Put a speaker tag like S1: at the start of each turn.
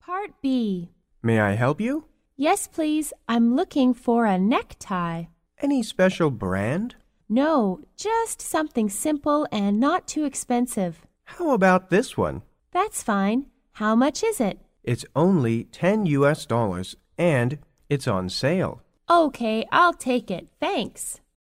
S1: Part B.
S2: May I help you?
S1: Yes, please. I'm looking for a necktie.
S2: Any special brand?
S1: No, just something simple and not too expensive.
S2: How about this one?
S1: That's fine. How much is it?
S2: It's only 10 US dollars and it's on sale.
S1: Okay, I'll take it. Thanks.